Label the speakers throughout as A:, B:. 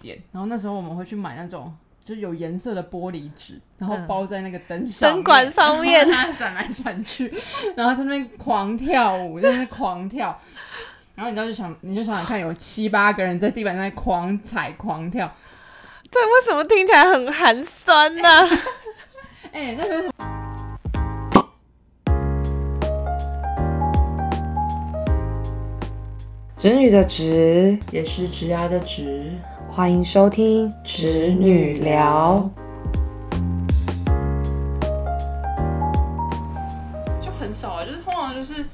A: 店，然后那时候我们会去买那种就是有颜色的玻璃纸，然后
B: 嗯
A: 包在那个灯上
B: 灯管上面
A: 然后它闪来闪去，然后在那边狂跳舞，在那边狂跳。然后你知道就想，你就想想看，有七八个人在地板上狂踩狂跳，
B: 这为什么听起来很寒酸呢、
A: 哎、那时候什么
B: 侄女的侄，
A: 也是直牙的直，
B: 欢迎收听侄女聊。
A: 就很少啊，就是通常就是，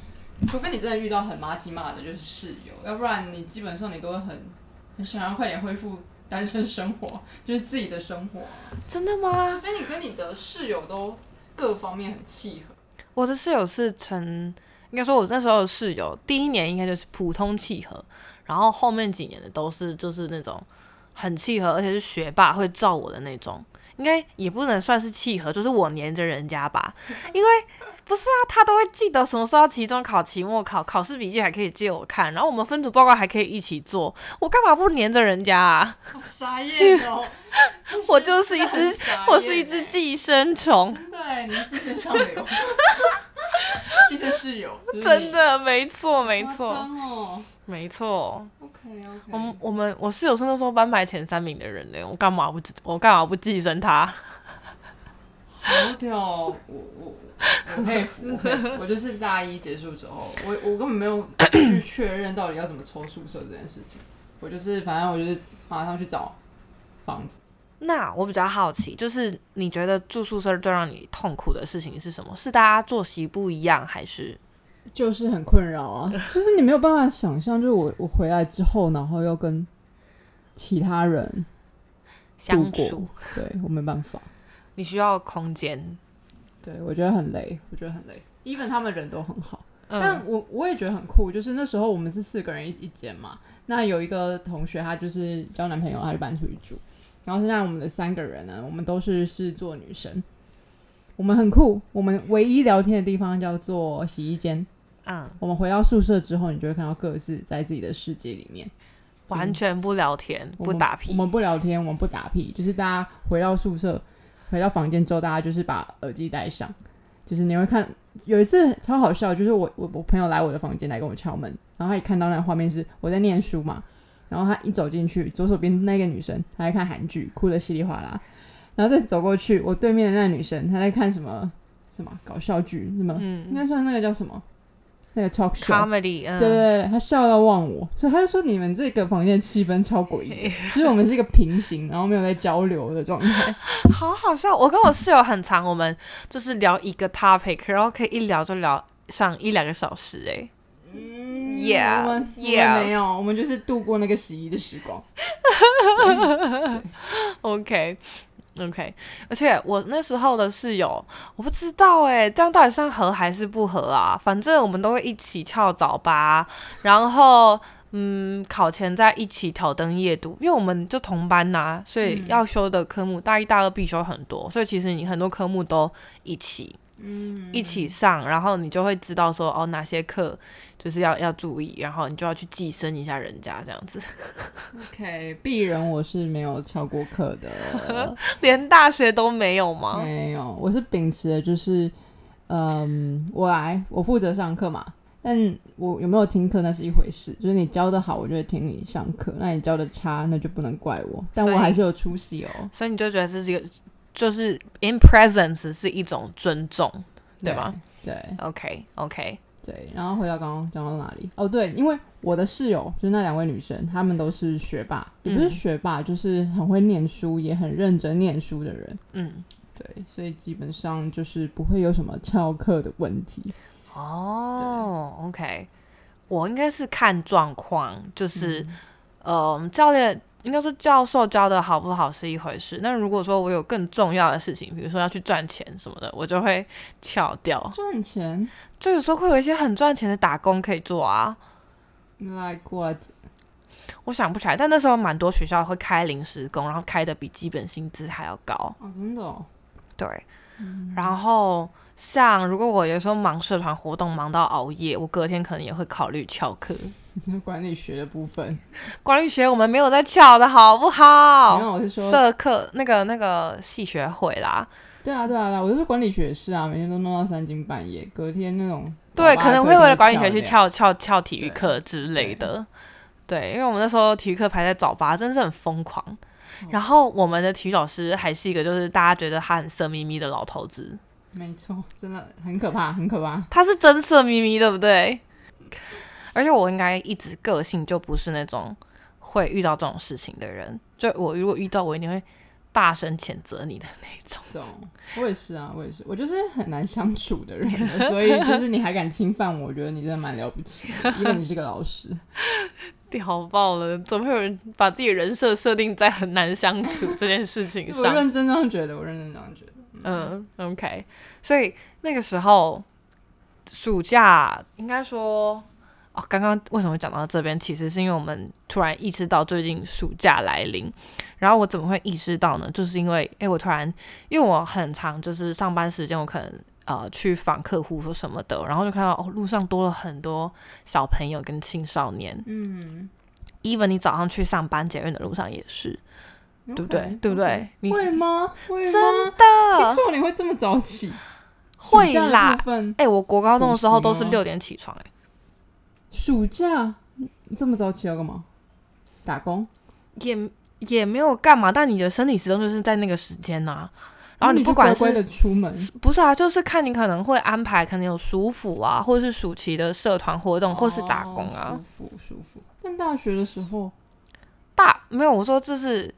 A: 除非你真的遇到很麻吉麻的，就是室友，要不然你基本上你都会很很想要快点恢复单身生活，就是自己的生活。
B: 真的
A: 除
B: 吗？
A: 非你跟你的室友都各方面很契合，
B: 我的室友是成，应该说我那时候的室友，第一年应该就是普通契合，然后后面几年的都是就是那种很契合，而且是学霸会照我的那种。应该也不能算是契合，就是我黏着人 家吧，因为不是啊，他都会记得什么时候要期中考、期末考，考试笔记还可以借我看，然后我们分组报告还可以一起做，我干嘛不黏着人家啊？
A: 好傻眼哦！
B: 我就是一只
A: 真的很傻眼
B: 我是一只寄生虫，
A: 真的欸，你是寄生上流， 寄生室友，
B: 真的，没错，没
A: 夸
B: 错，
A: 张哦。
B: 没错。
A: OK
B: 我们
A: OK，
B: 我们我室友是那时候班排前三名的人呢，我干嘛不我干嘛不寄生他？
A: 好屌哦，我我我佩服，我佩服。我就是大一结束之后，我我根本没有 去确认到底要怎么抽宿舍这件事情，我就是反正我就是马上去找房子。
B: 那我比较好奇，就是你觉得住宿舍最让你痛苦的事情是什么？是大家作息不一样，还是
A: 就是很困扰啊， 就是你没有办法想象，就是我我回来之后，然后要跟其他人，
B: 相
A: 度过
B: 处？
A: 对我没办法，
B: 你需要空间。
A: 对我觉得很累，我觉得很累。even 他们人都很好，
B: 嗯
A: 但我我也觉得很酷，就是那时候我们是四个人一一间嘛，那有一个同学她就是交男朋友，她就搬出去住，然后现在我们的三个人呢，我们都是是做女生，我们很酷，我们唯一聊天的地方叫做洗衣间。
B: 嗯，
A: 我们回到宿舍之后，你就会看到各自在自己的世界里面。
B: 完全不聊天，
A: 我
B: 不
A: 们
B: 打屁
A: 我，们不聊天，我们不打屁，就是大家回到宿舍、回到房间之后，大家就是把耳机戴上，就是你会看。有一次超好笑，就是我我我朋友来我的房间来跟我敲门，然后他一看到那个画面是我在念书嘛，然后他一走进去，左手边那个女生她在看韩剧，哭得稀里哗啦，然后再走过去，我对面的那个女生她在看什么什么搞笑剧，什么、应
B: 嗯
A: 该算那个叫什么那个 talk show
B: ，comedy，嗯，
A: 对对对，他笑到忘我，所以他就说你们这个房间气氛超诡 异的，就是我们是一个平行，然后没有在交流的状态。
B: 好好笑！我跟我室友很常，我们就是聊一个 topic，然后可以一聊就聊上一两个小时、欸，
A: 嗯
B: Yeah，
A: 我们
B: yeah
A: 我们没有，我们就是度过那个洗衣的时光。
B: 哎，OK。OK，而且我那时候的室友，我不知道哎、这样到底算合还是不合啊？反正我们都会一起翘早八，然后嗯，考前在一起挑灯夜读，因为我们就同班呐、所以
A: 嗯
B: 要修的科目、大一、大二必修很多，所以其实你很多科目都一起。
A: 嗯，
B: 一起上，然后你就会知道说哦哪些课就是要要注意，然后你就要去寄生一下人家这样子。
A: OK，鄙人我是没有翘过课 的，
B: 连大学都没有吗？
A: 没有，我是秉持的就是，嗯，我来，我负责上课嘛。但我有没有听课那是一回事，就是你教的好，我就会听你上课；那你教的差，那就不能怪我。但
B: 所以
A: 我还是有出息哦。
B: 所以你就觉得这是一个就是 in presence 是一种尊重，对吗？
A: 对
B: OK OK，
A: 对，然后回到刚刚讲到哪里？哦，对，因为我的室友就是那两位女生，她们都是学霸，也不是
B: 嗯
A: 学霸，就是很会念书，也很认真念书的人。
B: 嗯，
A: 对，所以基本上就是不会有什么翘课的问题。
B: 哦，OK，我应该是看状况，就是、呃，教练应该说教授教的好不好是一回事，那如果说我有更重要的事情，比如说要去赚钱什么的，我就会翘掉。
A: 赚钱
B: 就有时候会有一些很赚钱的打工可以做啊，
A: ，like what？
B: 我想不起来，但那时候蛮多学校会开临时工，然后开的比基本薪资还要高。
A: 哦，真的哦，
B: 对，然后像如果我有时候忙社团活动忙到熬夜，我隔天可能也会考虑翘课。
A: 就是管理学的部分，
B: 管理学我们没有在翘的好不好
A: 没？有，我是说，
B: 社课那个那个系学会啦，
A: 对啊，对啊，对啊，我就说管理学也是啊，每天都弄到三更半夜，隔天那种
B: 对，
A: 早八
B: 可能
A: 课
B: 会
A: 一定
B: 为了管理
A: 翘
B: 学去
A: 两
B: 翘翘翘体育课之类的。对，因为我们那时候体育课排在早八，真是很疯狂。然后我们的体育老师还是一个，就是大家觉得他很色眯眯的老头子，
A: 没错，真的很可怕，很可怕。
B: 他是真色眯眯，对不对？而且我应该一直个性就不是那种会遇到这种事情的人，就我如果遇到，我一定会大声谴责你的那种。
A: 懂，我也是啊，我也是，我就是很难相处的人了，所以就是你还敢侵犯我，我觉得你真的蛮了不起的，因为你是个老师。
B: 屌爆了！怎么会有人把自己的人设设定在很难相处这件事情
A: 我
B: 上？
A: 认真这样觉得，我认真这样觉得。
B: 嗯，OK。所以那个时候，暑假应该说，哦，刚刚为什么会讲到这边？其实是因为我们突然意识到最近暑假来临。然后我怎么会意识到呢？就是因为，诶，我突然，因为我很常就是上班时间，我可能呃去访客户或什么的，然后就看到哦，路上多了很多小朋友跟青少年。
A: 嗯，
B: even 你早上去上班捷运的路上也是，对不对？对不对？你
A: 会吗？会吗？
B: 真
A: 听
B: 的
A: 说你会这么早起？
B: 会
A: 暑假的
B: 啦
A: 部！分
B: 哎、我国高中的时候都
A: 补习
B: 是
A: 吗
B: 六点起床、哎，
A: 暑假这么早起要干嘛？打工？
B: 也也没有干嘛，但你的身体始终就是在那个时间呐、然后
A: 你
B: 你
A: 嗯就
B: 不管是
A: 乖乖的出门，
B: 不是啊，就是看你可能会安排，可能有暑辅啊，或者是暑期的社团活动，或是打工啊。
A: 哦舒服舒服。但大学的时候，
B: 大没有，我说就是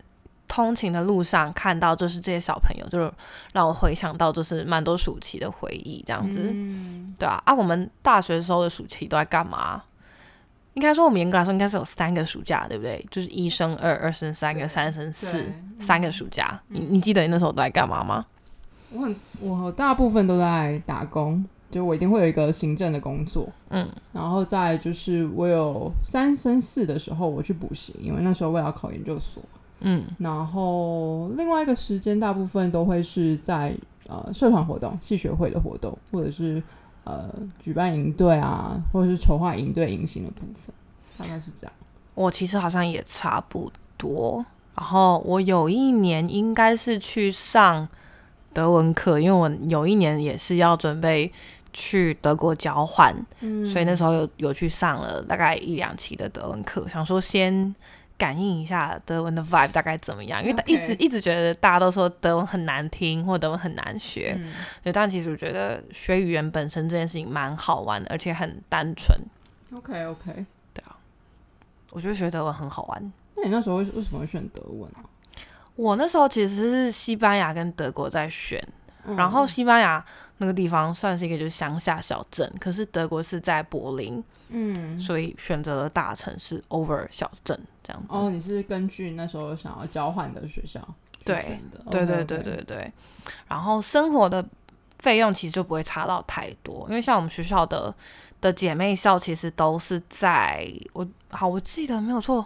B: 通勤的路上看到，就是这些小朋友，就是让我回想到就是蛮多暑期的回忆这样子。
A: 嗯，
B: 对啊，啊，我们大学的时候的暑期都在干嘛？应该说，我们严格来说应该是有三个暑假，对不对？就是一升二，二升三跟三升四
A: 对，嗯
B: 三个暑假。你你记得你那时候都在干嘛吗？
A: 我很我大部分都在打工，就我一定会有一个行政的工作，
B: 嗯，
A: 然后再来就是我有三升四的时候我去补习，因为那时候为了要考研究所，
B: 嗯，
A: 然后另外一个时间大部分都会是在呃社团活动、系学会的活动，或者是呃举办营队啊，或者是筹划营队、迎新的部分，大概是这样。
B: 我其实好像也差不多。然后我有一年应该是去上德文课，因为我有一年也是要准备去德国交换，
A: 嗯
B: 所以那时候有有去上了大概一两期的德文课，想说先感应一下德文的 vibe 大概怎么样，因为大
A: OK
B: 一直一直觉得大家都说德文很难听或德文很难学，
A: 嗯
B: 对，但其实我觉得学语言本身这件事情蛮好玩的，而且很单纯，
A: ，OK OK，
B: 我觉得学德文很好玩。
A: 那你那时候为为什么会选德文啊？
B: 我那时候其实是西班牙跟德国在选，
A: 嗯
B: 然后西班牙那个地方算是一个就是乡下小镇，可是德国是在柏林，
A: 嗯，
B: 所以选择了大城市 over 小镇这样子。
A: 哦，你是根据那时候想要交换的学校去
B: 对
A: 选的，
B: 对对
A: OK，OK
B: 对对对。然后生活的费用其实就不会差到太多，因为像我们学校的的姐妹校其实都是在我好我记得没有错，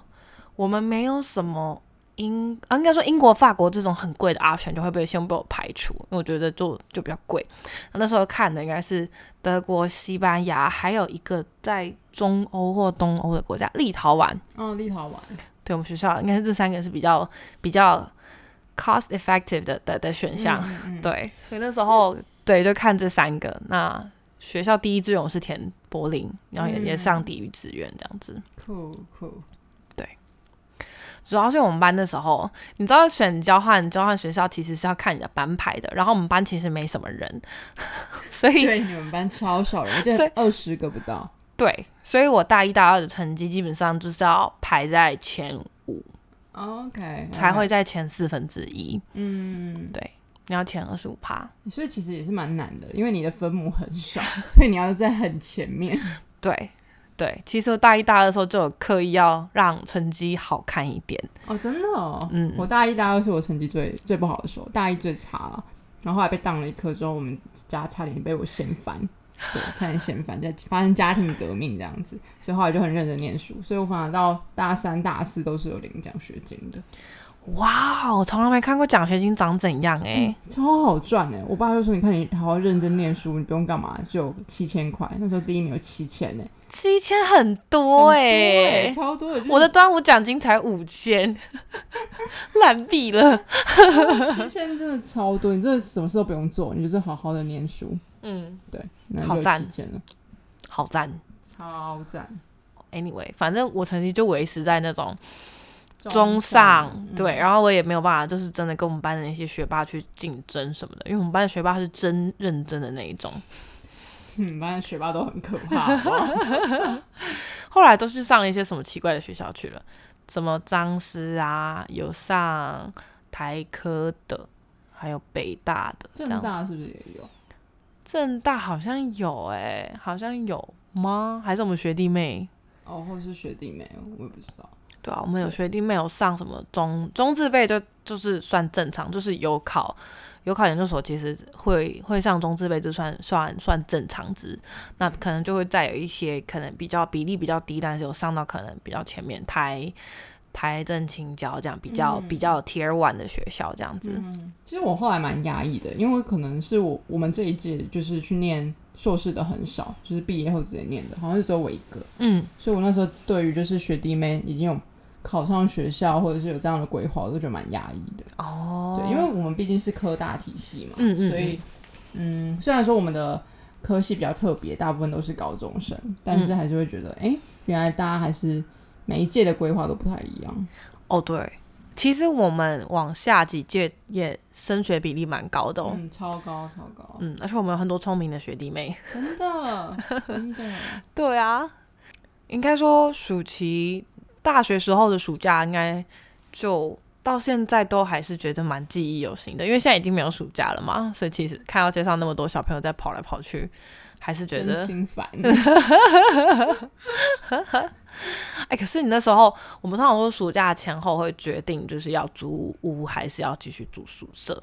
B: 我们没有什么英啊，应该说英国、法国这种很贵的 option 就会被先被我排除，因为我觉得就就比较贵。那时候看的应该是德国、西班牙，还有一个在中欧或东欧的国家立陶宛。
A: 哦，立陶宛，
B: 对我们学校应该是这三个是比较比较 cost effective 的的的选项。
A: 嗯，嗯，
B: 对，所以那时候对就看这三个。那学校第一志愿我是填柏林，然后也、
A: 嗯
B: 也上体育志愿这样子。
A: 酷 酷，
B: 主要是我们班的时候，你知道选交换交换学校其实是要看你的班排的，然后我们班其实没什么人， 所以
A: 对，你们班超少人，就
B: 所以
A: 二十个不到，
B: 对，所以我大一大二的成绩基本上就是要排在前五，
A: 哦 OK，
B: 才会，在前四分之一，
A: 嗯，
B: 你要前二十五趴。
A: 所以其实也是蛮难的，因为你的分母很少， 所以你要在很前面，
B: 对对，其实我大一大二的时候就有刻意要让成绩好看一点。
A: 哦，真的哦，
B: 嗯
A: 我大一、大二是我成绩最最不好的时候，大一最差了，然后后来被当了一科之后，我们家差点被我掀翻，对， 差点掀翻，就发生家庭革命这样子，所以后来就很认真念书，所以我反而到大三、大四都是有领奖学金的。
B: 哇哦，从来没看过奖学金长怎样哎、
A: 嗯超好赚哎、我爸就说：“你看你好好认真念书，你不用干嘛，就七千块。那时候第一名有七千呢，
B: 七千很多哎、
A: 很多欸超多的。就是
B: 我的端午奖金才五千， 烂毙了。
A: 七千真的超多，你真的什么事都不用做，你就是好好的念书。
B: 嗯，
A: 对，那
B: 好
A: 就
B: 赞
A: 七千了，
B: 好赞。
A: 超赞，
B: Anyway，反正我成绩就维持在那种中
A: 中
B: 上，
A: 嗯
B: 对，然后我也没有办法，就是真的跟我们班的那些学霸去竞争什么的，因为我们班的学霸是真认真的那一种。
A: 你们班的学霸都很可 怕哦好不好
B: 后来都去上了一些什么奇怪的学校去了，什么张师啊，有上台科的，还有北大的，这
A: 正
B: 样子
A: 大是不是也有？
B: 正大好像有哎、好像有吗？还是我们学弟妹？
A: 哦，或者是学弟妹，我也不知道。
B: 对啊，我们有
A: 对
B: 学弟妹有上什么中中字辈就就是算正常，就是有考有考研究所，其实会会上中字辈就算算算正常值。那可能就会再有一些可能比较比例比较低，但是有上到可能比较前面台台正青交这样比较、
A: 嗯
B: 比较 tier one 的学校这样子。
A: 嗯，其实我后来蛮压抑的，因为可能是我我们这一届就是去念硕士的很少，就是毕业后直接念的，好像是只有我一个。
B: 嗯，
A: 所以我那时候对于就是学弟妹已经有考上学校或者是有这样的规划，我都觉得蛮压抑的。
B: 哦，
A: 对，因为我们毕竟是科大体系嘛，
B: 嗯嗯嗯
A: 所以嗯，虽然说我们的科系比较特别，大部分都是高中生，但
B: 嗯
A: 是还是会觉得，哎、原来大家还是每一届的规划都不太一样。
B: 哦对，其实我们往下几届也升学比例蛮高的哦。
A: 嗯，超高超高，
B: 嗯，而且我们有很多聪明的学弟妹。
A: 真 的真的，
B: 对啊，应该说暑期大学时候的暑假，应该就到现在都还是觉得蛮记忆犹新的，因为现在已经没有暑假了嘛，所以其实看到街上那么多小朋友在跑来跑去，还是觉
A: 真
B: 得啊
A: 心烦。
B: 哎，可是你那时候，我们通常都是暑假前后会决定，就是要租屋还是要继续住宿舍。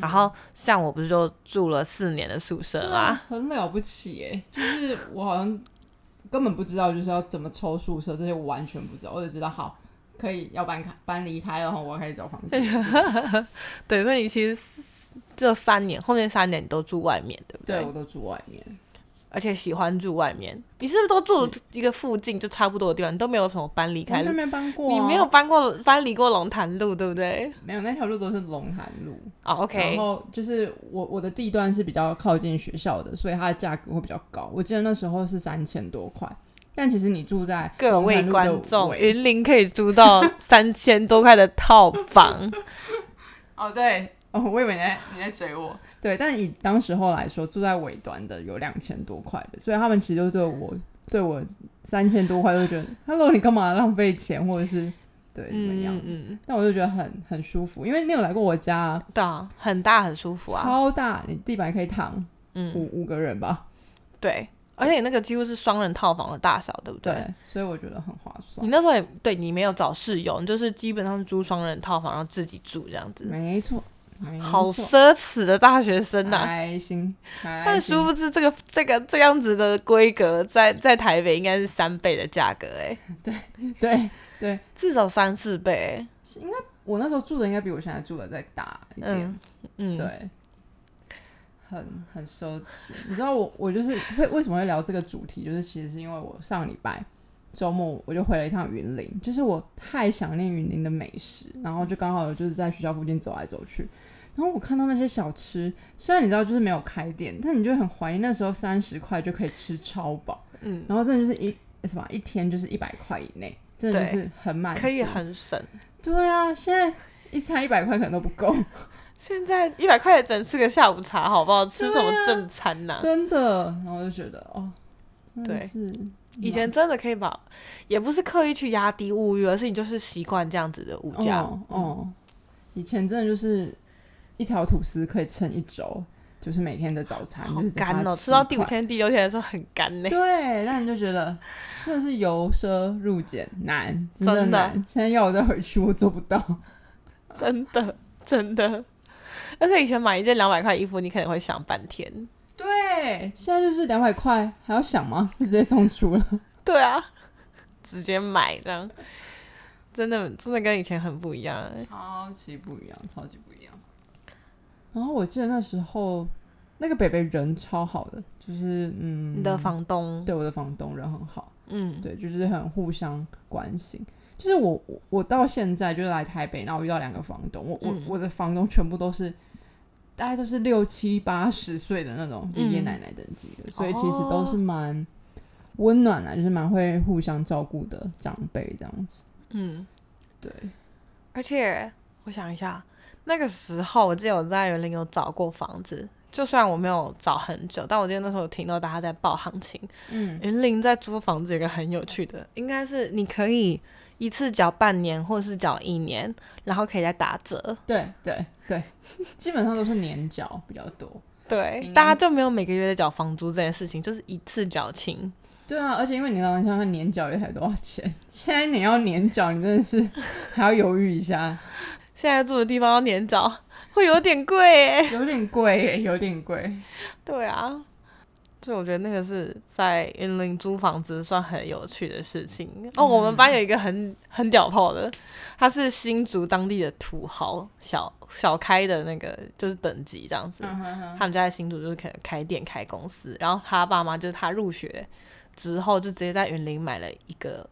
B: 然后像我不是就住了四年的宿舍
A: 对
B: 嘛
A: 啊，，很了不起哎、就是我好像根本不知道就是要怎么抽宿舍，这些我完全不知道，我只知道好可以要搬开搬离开了，然后我要开始找房 子。
B: 对，所以你其实四就三年，后面三年你都住外面，对不
A: 对我都住外面，
B: 而且喜欢住外面。你是不是都住一个附近就差不多的地方？你都没有什么搬离开
A: 完
B: 路
A: 全，没搬过啊、
B: 你没有搬过搬离过龙潭路，对不对？
A: 没有那条路都是龙潭路
B: 哦
A: 然
B: ，OK，
A: 后就是我我的地段是比较靠近学校的，所以它的价格会比较高。我记得那时候是三千多块，但其实你住在
B: 各位
A: 龙潭路的
B: 观众，
A: 尾
B: 云林可以租 到三千多块的套房，
A: 哦，对，哦，我以为你在你在追我。对，但以当时候来说，住在尾端的有两千多块的，所以他们其实就对我对我三千多块就觉得，Hello，你干嘛浪费钱，或者是对怎么样？
B: 嗯嗯，
A: 但我就觉得很很舒服，因为你有来过我家啊，
B: 对啊，很大很舒服啊，
A: 超大，你地板可以躺
B: 嗯，
A: 五五个人吧？
B: 对，而且你那个几乎是双人套房的大小，对不对？
A: 对，所以我觉得很划算
B: 你。那时候也对你没有找室友，你就是基本上是租双人套房，然后自己住这样子，
A: 嗯没错，没错哎
B: 好奢侈的大学生呐、
A: 开心，开
B: 但
A: 心
B: 殊不知，这个这个这样子的规格在，在台北应该是三倍的价格、欸，
A: 对
B: 至少三四倍、欸，
A: 我那时候住的应该比我现在住的再大一点。
B: 嗯嗯，，
A: 对，很很奢侈。你知道我我就是会为什么会聊这个主题，就是其实是因为我上礼拜周末我就回了一趟云林，就是我太想念云林的美食，然后就刚好就是在学校附近走来走去。然后我看到那些小吃，虽然你知道就是没有开店，但你就很怀念那时候三十块就可以吃超饱，
B: 嗯，
A: 然后真的就是一什么啊一天就是一百块以内，真的就是很满足。
B: 可以很省。
A: 对啊，现在一餐一百块可能都不 够，
B: 现在一百块整吃个下午茶，好不好？吃什么
A: 对啊
B: 正餐呐、
A: 真的，然后我就觉得哦，真的
B: 对
A: 是
B: 以前真的可以把，也不是刻意去压低物欲，而是你就是习惯这样子的物价。
A: 哦哦，以前真的就是一条吐司可以撑一周，就是每天的早餐，
B: 好
A: 就是只
B: 干
A: 花
B: 哦！
A: 7
B: 吃到第五
A: 块。
B: 天、第六天的时候很干呢、
A: 对，那你就觉得真的是由奢入俭难，真
B: 真的
A: 难。现在要我再回去，我做不到。
B: 真的真的。而且以前买一件两百块衣服，你可能会想半天。
A: 对，现在就是两百块，还要想吗？就直接送出了。
B: 对啊，直接买这样，真的真的跟以前很不一样欸。
A: 超级不一样，超级不一样。然后我记得那时候那个北北人超好的，就是嗯，
B: 你的房东，
A: 对我的房东人很好，
B: 嗯，
A: 对，就是很互相关心。就是我我我到现在就是来台北，然后遇到两个房东，我我、
B: 嗯
A: 我的房东全部都是大概都是六七八十岁的那种
B: 嗯哦
A: 爷爷奶奶等级的，所以其实都是蛮温暖啊，就是蛮会互相照顾的长辈这样子。
B: 嗯，
A: 对，
B: 而且我想一下，那个时候我记得我在园林有找过房子，就虽然我没有找很久，但我记得那时候有听到大家在报行情。
A: 嗯
B: 园林在租房子有一个很有趣的，应该是你可以一次缴半年或者是缴一年，然后可以再打折。
A: 对对对，基本上都是年缴比较多。
B: 对
A: 嗯，
B: 大家就没有每个月在缴房租这件事情，就是一次缴清。
A: 对啊，而且因为你刚刚想看年缴也才多少钱， 现在你要年缴，你真的是还要犹豫一下，
B: 现在住的地方要年缴，会有点 贵耶。
A: 有点贵耶，有点贵。
B: 对啊，所以我觉得那个是在云林租房子算很有趣的事情。哦，我们班有一个很很屌炮的，他是新竹当地的土豪小小开的那个就是等级这样子。他们家在新竹就是可能开店开公司，然后他爸妈就是他入学之后就直接在云林买了一个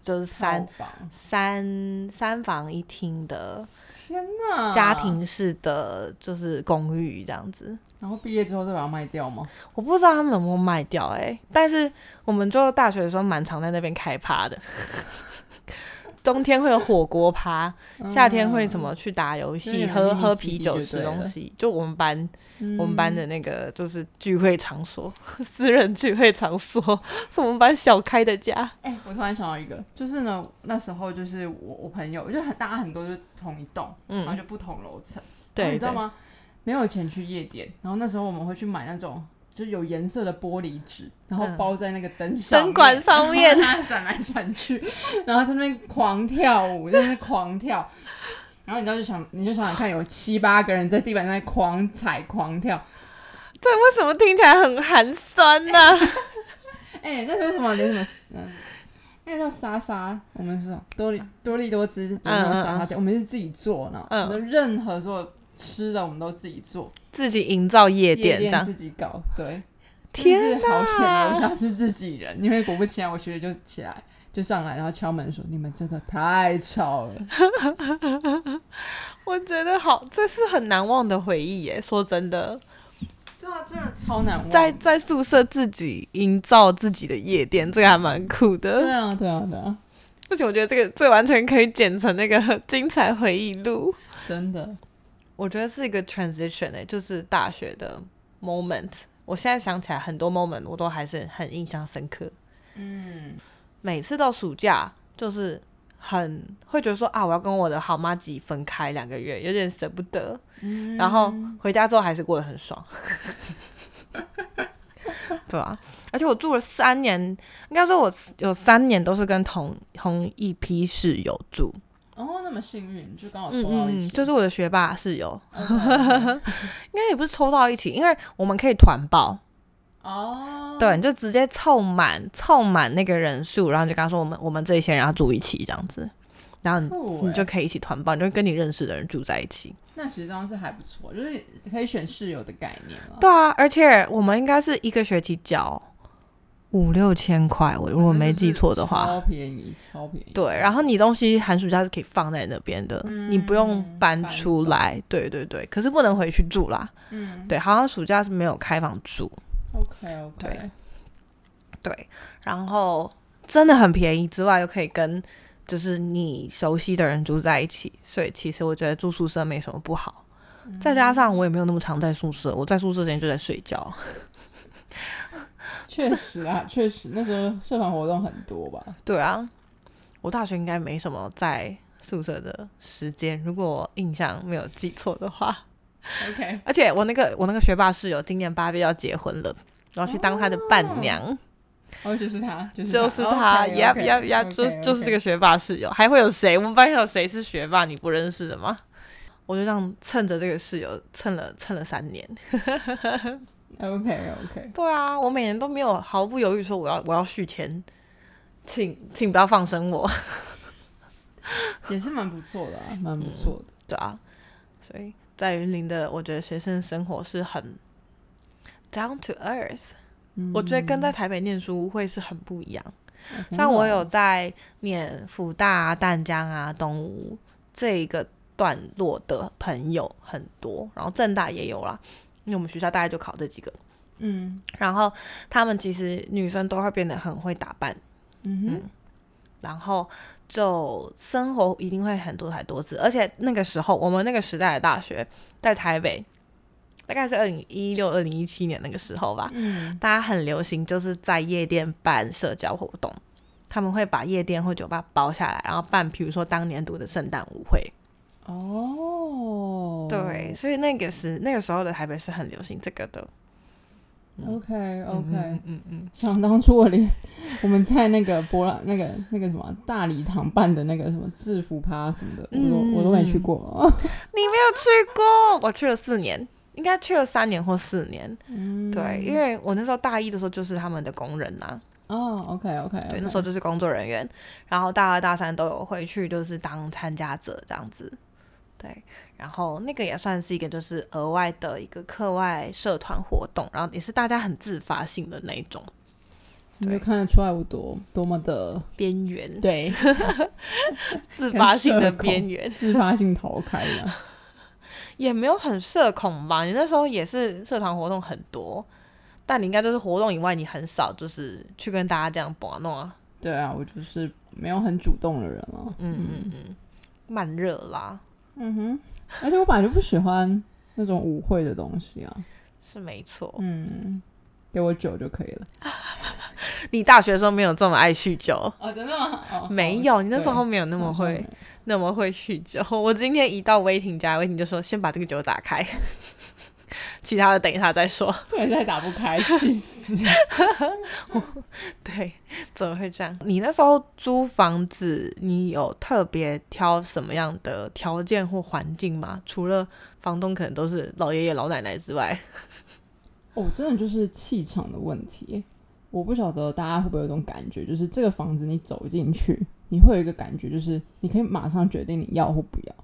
B: 就是三
A: 套房，
B: 三三房一厅的
A: 天哪，
B: 家，庭式的就是公寓这样子。
A: 然后毕业之后再把它卖掉吗？
B: 我不知道他们有没有卖掉哎、但是我们就大学的时候蛮常在那边开 趴的。冬天会有火锅趴，
A: 嗯
B: 夏天会什么去打游
A: 就是
B: 戏、
A: 有
B: 喝
A: 秘密
B: 喝
A: 基
B: 啤
A: 地
B: 酒、
A: 就
B: 吃
A: 对
B: 东
A: 了
B: 西。就我们班
A: 嗯
B: 我们班的那个就是聚会场所， 私人聚会场所， 是我们班小开的家。
A: 哎、我突然想到一个，就是呢，那时候就是我我朋友，就很大家很多就是同一栋，然后
B: 嗯，
A: 就不同楼层。然后
B: 对，
A: 哦你知道
B: 对？
A: 吗？没有钱去夜店，然后那时候我们会去买那种就是有颜色的玻璃纸，然后
B: 嗯
A: 包在那个灯上
B: 灯管上面
A: 面，然后它闪来闪去，然后在那边狂跳舞，在那边狂跳。然后你知道就想，你就想想看，有七八个人在地板上狂踩狂跳，
B: 这为什么听起来很寒酸呢、
A: 哎、那时候什么连什么嗯。那个叫莎莎，我们是多
B: 啊
A: 利多利多汁，我们莎莎酱，我们是自己做呢。
B: 嗯
A: 我们的任何所有吃的我们都自己做，
B: 自己营造夜
A: 夜
B: 店这样，
A: 自己搞，对。
B: 天
A: 真的是好险，
B: 哪
A: 楼下是自己人，因为果不其然，我学姐就起来就上来，然后敲门说：“你们真的太吵了。
B: 我觉得好，这是很难忘的回忆耶。说真的，”
A: 对啊，真的超难忘。
B: 在在宿舍自己营造自己的夜店，这个还蛮酷
A: 对
B: 的。
A: 啊，对啊，对啊，
B: 不行，我觉得这个这完全可以剪成那个精彩回忆录。
A: 真的。
B: 我觉得是一个 transition 哎、就是大学的 moment。我现在想起来很多 moment 我都还是很印象深刻。
A: 嗯，
B: 每次到暑假，就是很会觉得说啊，我要跟我的好妈吉分开两个月，有点舍不得。然后回家之后还是过得很爽。 对啊，而且我住了三年，应该说我有三年都是跟同同一批室友住。
A: 哦，那么幸运，就刚好
B: 嗯
A: 抽到
B: 嗯，
A: 一
B: 嗯
A: 起，
B: 就是我的学霸室友，
A: OK，OK
B: 应该也不是抽到一起，因为我们可以团报，
A: 哦，
B: 对，你就直接凑满凑满那个人数，然后你就跟他说我们我们这一些人要住一起这样子，然后你
A: 酷
B: 你就
A: 欸
B: 可以一起团报，你就跟你认识的人住在一起。
A: 那其实这样是还不错，就是可以选室友的概念了。
B: 对啊，而且我们应该是一个学期交五六千块，我如果没记错的话。
A: 嗯超便宜，超便宜。
B: 对，然后你东西寒暑假是可以放在那边的，你不用
A: 嗯
B: 搬
A: 搬
B: 出
A: 走
B: 来。对对对，可是不能回去住啦。
A: 嗯
B: 对，好像暑假是没有开放住。
A: ，OK OK，
B: 对，然后真的很便宜之外，又可以跟就是你熟悉的人住在一起，所以其实我觉得住宿舍没什么不好。
A: 嗯
B: 再加上我也没有那么常在宿舍，我在宿舍之前就在睡觉。
A: 确实啊，确实那时候社团活动很多吧。
B: 对啊，我大学应该没什么在宿舍的时间，如果我印象没有记错的话。
A: OK，
B: 而且我那个我那个学霸室友今年八月要结婚了，然后去当他的伴娘。
A: 哦，就是他，就是
B: 就是他呀呀呀，就就是这个学霸室友，还会有谁？我们班有谁是学霸？你不认识的吗？我就这样蹭着这个室友蹭了蹭了三年。
A: 个。OK OK，
B: 对啊，我每年都没有毫不犹豫说我要我要续签，请请不要放生我。
A: 也是蛮不错的、啊，蛮不错的。
B: 对啊，所以在云林的，我觉得学生生活是很 down to earth。我
A: 嗯
B: 觉得跟在台北念书会是很不一样。
A: 啊真的
B: 像我有
A: 哦
B: 在念福大啊、淡江啊、东吴这一个段落的朋友很多，然后正大也有啦，因为我们学校大概就考这几个。
A: 嗯
B: 然后他们其实女生都会变得很会打扮，
A: 嗯哼
B: 然后就生活一定会很多彩多姿。而且那个时候，我们那个时代的大学在台北，大概是二零一六、二零一七年那个时候吧，
A: 嗯
B: 大家很流行就是在夜店办社交活动，他们会把夜店或酒吧包下来，然后办，比如说当年度的圣诞舞会。
A: 哦，
B: 对，所以那个时那个时候的台北是很流行这个的。
A: ，OK OK，、
B: 嗯嗯嗯，
A: 想当初我连我们在那个博览那个那个什么啊大礼堂办的那个什么制服趴什么的，我
B: 嗯
A: 都我都没去过。
B: 你没有去过？我去了四年，应该去了三年或四年。
A: 嗯
B: 对，因为我那时候大一的时候就是他们的工人呐、啊
A: 哦，OK OK，
B: 对，那时候就是工作人员，然后大二大三都有回去，就是当参加者这样子。对，然后那个也算是一个就是额外的一个课外社团活动，然后也是大家很自发性的那一种
A: 你
B: 对嗯
A: 就看得出来我多多么的
B: 边缘，
A: 对
B: 自发性的
A: 很社恐
B: 边缘，
A: 自发性逃开啊了。
B: 也没有很社恐吧？你那时候也是社团活动很多，但你应该就是活动以外，你很少就是去跟大家这样玩弄啊，
A: 对啊，我就是没有很主动的人了。
B: 嗯嗯嗯，慢热啦，
A: 嗯哼，而且我本来就不喜欢那种舞会的东西啊。
B: 是没错。
A: 嗯，给我酒就可以了。
B: 你大学的时候没有这么爱酗酒，
A: 哦，真的吗？哦，
B: 没有，你那时候没有那么会那么会酗酒。 我今天一到威霆家，威霆就说先把这个酒打开， 其他的等一下再说。
A: 这也在打不开，气死。
B: 对，怎么会这样？你那时候租房子，你有特别挑什么样的条件或环境吗？除了房东可能都是老爷爷老奶奶之外，
A: 哦，真的就是气场的问题。我不晓得大家会不会有一种感觉，就是这个房子你走进去，你会有一个感觉，就是你可以马上决定你要或不要，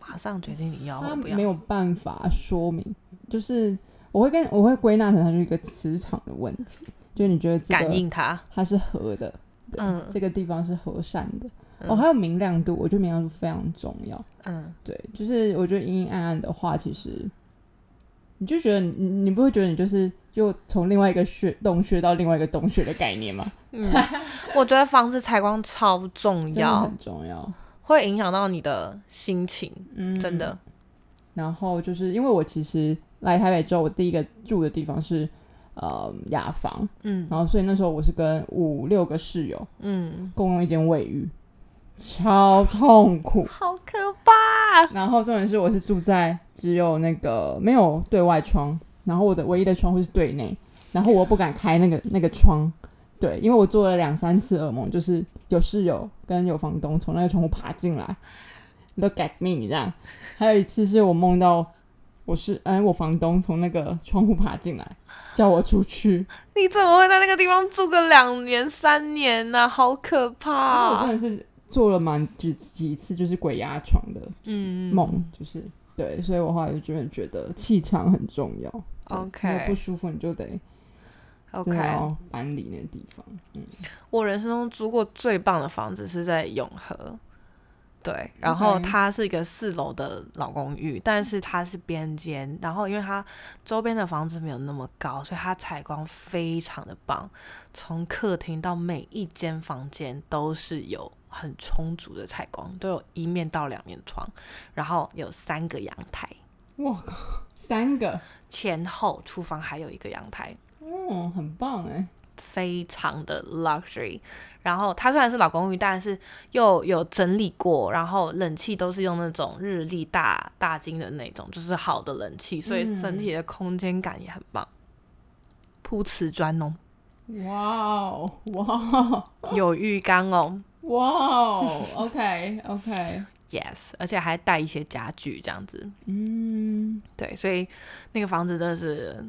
B: 马上决定你要
A: 他
B: 或不要
A: 没。有办法说明。就是我会跟我会归纳成它是一个磁场的问题，就是你觉得这
B: 感
A: 个
B: 应他，
A: 它是合的，对
B: 嗯
A: 这个地方是和善的。哦，
B: 嗯
A: 还有明亮度，我觉得明亮度非常重要。
B: 嗯，
A: 对，就是我觉得阴阴暗暗的话，其实你就觉得你你不会觉得你就是又从另外一个穴洞穴到另外一个洞穴的概念 吗？
B: 我觉得房子采光超重
A: 真的
B: 要
A: 很，重要，
B: 会影响到你的心情，
A: 嗯，
B: 真的。。
A: 然后就是因为我其实来台北之后，我第一个住的地方是呃雅房，
B: 嗯
A: 然后所以那时候我是跟五六个室友
B: 嗯，
A: 共用一间卫浴，超痛苦。
B: 好可怕。
A: 然后重点是，我是住在只有那个没有对外窗，然后我的唯一的窗户是对内，然后我又不敢开那个那个窗，对，因为我做了两三次噩梦，就是有室友跟有房东从那个窗户爬进来，look at me 这样，还有一次是我梦到我是嗯我房东从那个窗户爬进来，叫我出去，
B: 你怎么会在那个地方住个两年三年呢、好可
A: 然啊后我
B: 怕
A: 真！的是做了蛮几几次就是鬼压床的
B: 嗯
A: 梦，就是对，所以我后来就真的觉得气场很重要。对你有不
B: ，OK
A: 舒服你就得真
B: OK，
A: 的要搬离那个地方。
B: 我人生中租过最棒的房子是在永和，对，然后
A: OK
B: 它是一个四楼的老公寓，但是它是边间，然后因为它周边的房子没有那么高，所以它采光非常的棒，从客厅到每一间房间都是有很充足的采光，都有一面到两面窗，然后有三个阳台，
A: 我靠，三个，
B: 前后厨房还有一个阳台，
A: 嗯，很棒哎，
B: 非常的 luxury。然后它虽然是老公寓，但是又有整理过，然后冷气都是用那种日立大大金的那种，就是好的冷气，所以整体的空间感也很棒。铺瓷砖哦，
A: 哇哦，哇哦，
B: 有浴缸哦
A: 哇哦 ，OK OK，
B: ，yes，而且还带一些家具这样子。
A: 嗯，
B: 对，所以那个房子真的是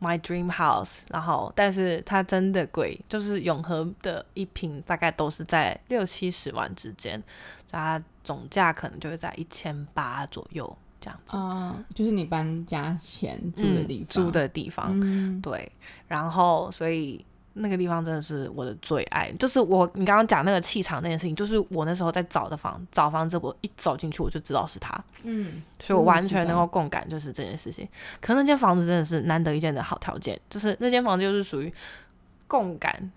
B: My Dream House，然后但是它真的贵，就是永和的一瓶大概都是在六七十万之间，它总价可能就会在一千八左右这样子。
A: 啊、就是你搬家前住的
B: 嗯
A: 地方，
B: 住的地方，
A: 嗯，
B: 对，然后所以那个地方真的是我的最爱，就是我你刚刚讲那个气场那件事情，就是我那时候在找的房找房子，我一走进去我就知道是它，
A: 嗯，
B: 所以我
A: 真的
B: 完
A: 是
B: 全
A: 这
B: 能
A: 样
B: 够共感，就是这件事情。可那间房子真的是难得一见的好条件，就是那间房子就是属于共感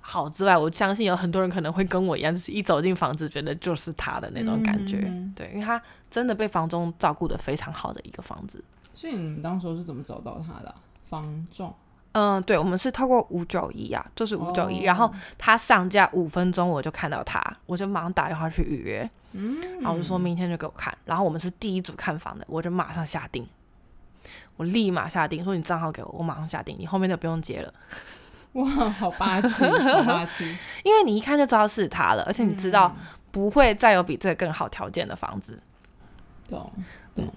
B: 好之外，我相信有很多人可能会跟我一样，就是一走进房子觉得就是他的那种感觉。
A: 嗯嗯嗯
B: 对，因为他真的被房东照顾的非常好的一个房子。
A: 所以你们当时候是怎么找到他的啊、房仲
B: 嗯，对，我们是透过五九一啊，就是五九一，
A: 哦
B: 然后他上架五分钟我就看到他，我就马上打电话去预约，
A: 嗯
B: 然后我就说明天就给我看，然后我们是第一组看房的，我就马上下定，我立马下定，说你账号给我，我马上下定，你后面的不用接了，
A: 哇，好霸气，好霸气！
B: 因为你一看就知道是他了，而且你知道
A: 嗯
B: 不会再有比这个更好条件的房子，
A: 懂懂。啊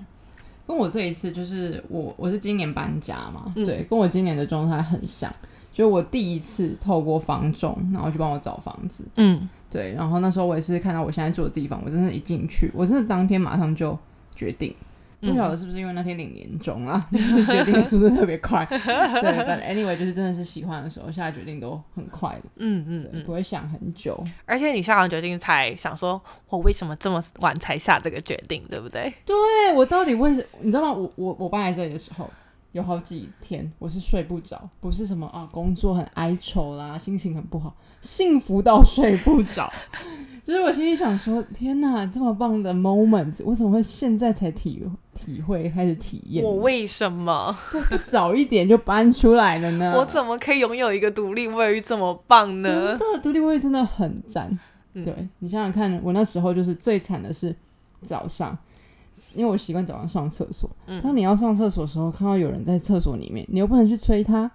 A: 跟我这一次就是我我是今年搬家嘛，
B: 嗯
A: 对，跟我今年的状态很像，就是我第一次透过房仲，然后去帮我找房子，
B: 嗯，
A: 对，然后那时候我也是看到我现在住的地方，我真的一进去，我真的当天马上就决定。
B: 嗯
A: 不晓得是不是因为那天领年终啦， 就是决定的速度特别快。对，但 anyway 就是真的是喜欢的时候，下决定都很快的，
B: 嗯嗯
A: 对，
B: 嗯，
A: 不会想很久。
B: 而且你下完决定才想说，我为什么这么晚才下这个决定，对不对？
A: 对我到底为什你知道吗？我我我搬来这里的时候，有好几天我是睡不着，不是什么啊工作很哀愁啦，心情很不好，幸福到睡不着。 就是我心里想说，天哪，这么棒的 moment，我怎么会现在才体体会开始体验呢？
B: 我为什么？
A: 不早一点就搬出来了呢？
B: 我怎么可以拥有一个独立卫浴这么棒呢
A: 真？的独立卫浴真的很赞。
B: 嗯
A: 对你想想看，我那时候就是最惨的是早上，因为我习惯早上上厕所。
B: 嗯
A: 当你要上厕所的时候，看到有人在厕所里面，你又不能去催他，